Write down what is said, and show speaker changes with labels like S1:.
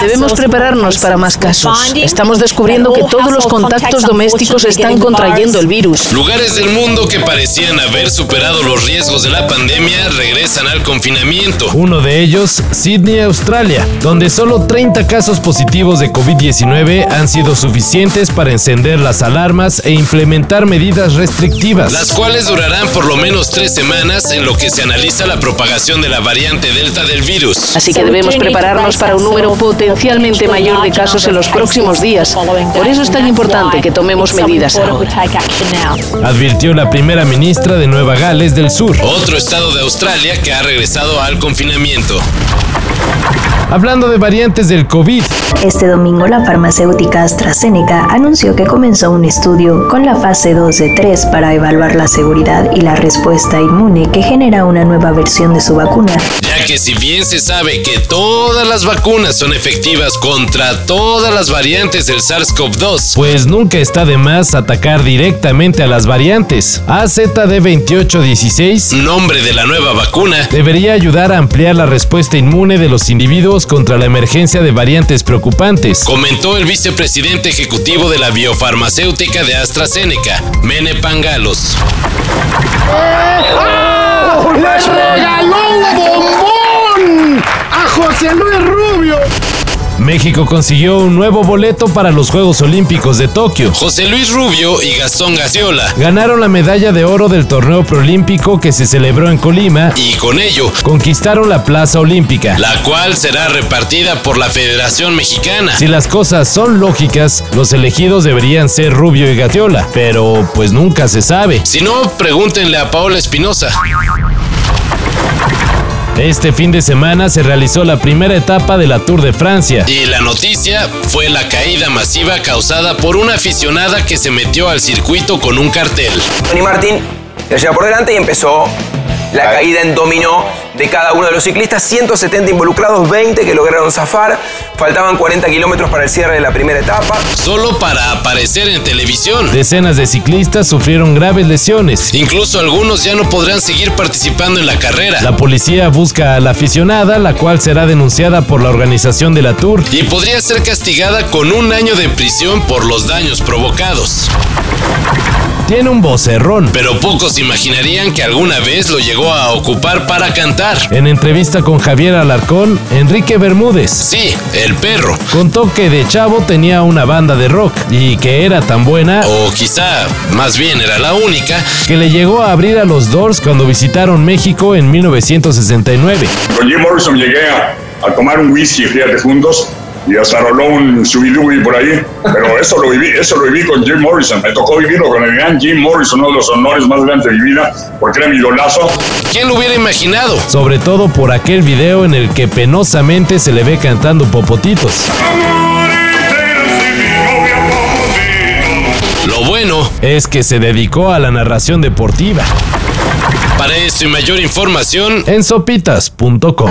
S1: Debemos prepararnos para más casos. Estamos descubriendo que todos los contactos domésticos están contrayendo el virus.
S2: Lugares del mundo que parecían haber superado los riesgos de la pandemia regresan al confinamiento. Uno de ellos, Sydney, Australia, donde solo 30 casos positivos de COVID-19 han sido suficientes para encender las alarmas e implementar medidas restrictivas, las cuales durarán por lo menos tres semanas en lo que se analiza la propagación de la variante Delta del virus.
S1: Así que debemos prepararnos para un número potencialmente mayor de casos en los próximos días. Por eso es tan importante que tomemos medidas ahora.
S2: Advirtió la primera ministra de Nueva Gales del Sur, otro estado de Australia que ha regresado al confinamiento. Hablando de variantes del COVID,
S3: Este domingo la farmacéutica AstraZeneca anunció que comenzó un estudio con la fase 2 de 3 para evaluar la seguridad y la respuesta inmune que genera una nueva versión de su vacuna.
S2: ya que si bien se sabe que todas las vacunas son efectivas contra todas las variantes del SARS-CoV-2, pues nunca está de más atacar directamente a las variantes. AZD2816, nombre de la nueva vacuna, debería ayudar a ampliar la respuesta inmune de los individuos contra la emergencia de variantes preocupantes, comentó el vicepresidente ejecutivo de la biofarmacéutica de AstraZeneca, Mene Pangalos.
S4: ¡Les regaló un bombón a José Luis Rubio!
S2: México consiguió un nuevo boleto para los Juegos Olímpicos de Tokio. José Luis Rubio y Gastón Gaciola ganaron la medalla de oro del torneo preolímpico que se celebró en Colima y con ello conquistaron la plaza olímpica, la cual será repartida por la Federación Mexicana. Si las cosas son lógicas, los elegidos deberían ser Rubio y Gaciola, pero pues nunca se sabe. Si no, pregúntenle a Paola Espinosa. Este fin de semana se realizó la primera etapa de la Tour de Francia. Y la noticia fue la caída masiva causada por una aficionada que se metió al circuito con un cartel.
S5: Tony Martin le lleva por delante y empezó la caída en dominó de cada uno de los ciclistas. 170 involucrados, 20 que lograron zafar. Faltaban 40 kilómetros para el cierre de la primera etapa.
S2: Solo para aparecer en televisión. Decenas de ciclistas sufrieron graves lesiones. Incluso algunos ya no podrán seguir participando en la carrera. La policía busca a la aficionada, la cual será denunciada por la organización de la Tour. Y podría ser castigada con un año de prisión por los daños provocados. Tiene un vocerrón, pero pocos imaginarían que alguna vez lo llegó a ocupar para cantar. En entrevista con Javier Alarcón, Enrique Bermúdez. Sí, el perro. Contó que de chavo tenía una banda de rock y que era tan buena, o quizá más bien era la única, que le llegó a abrir a los Doors cuando visitaron México en 1969.
S6: Con Jim Morrison llegué a, a tomar un whisky, fíjate, juntos, y hasta roló un subidubi por ahí. Pero eso lo viví, eso lo viví con Jim Morrison. Me tocó vivirlo con el gran Jim Morrison, uno de los honores más grandes de mi vida, porque era mi idolazo.
S2: ¿Quién lo hubiera imaginado? Sobre todo por aquel video en el que penosamente se le ve cantando popotitos. Lo bueno es que se dedicó a la narración deportiva. Para esto y mayor información en sopitas.com.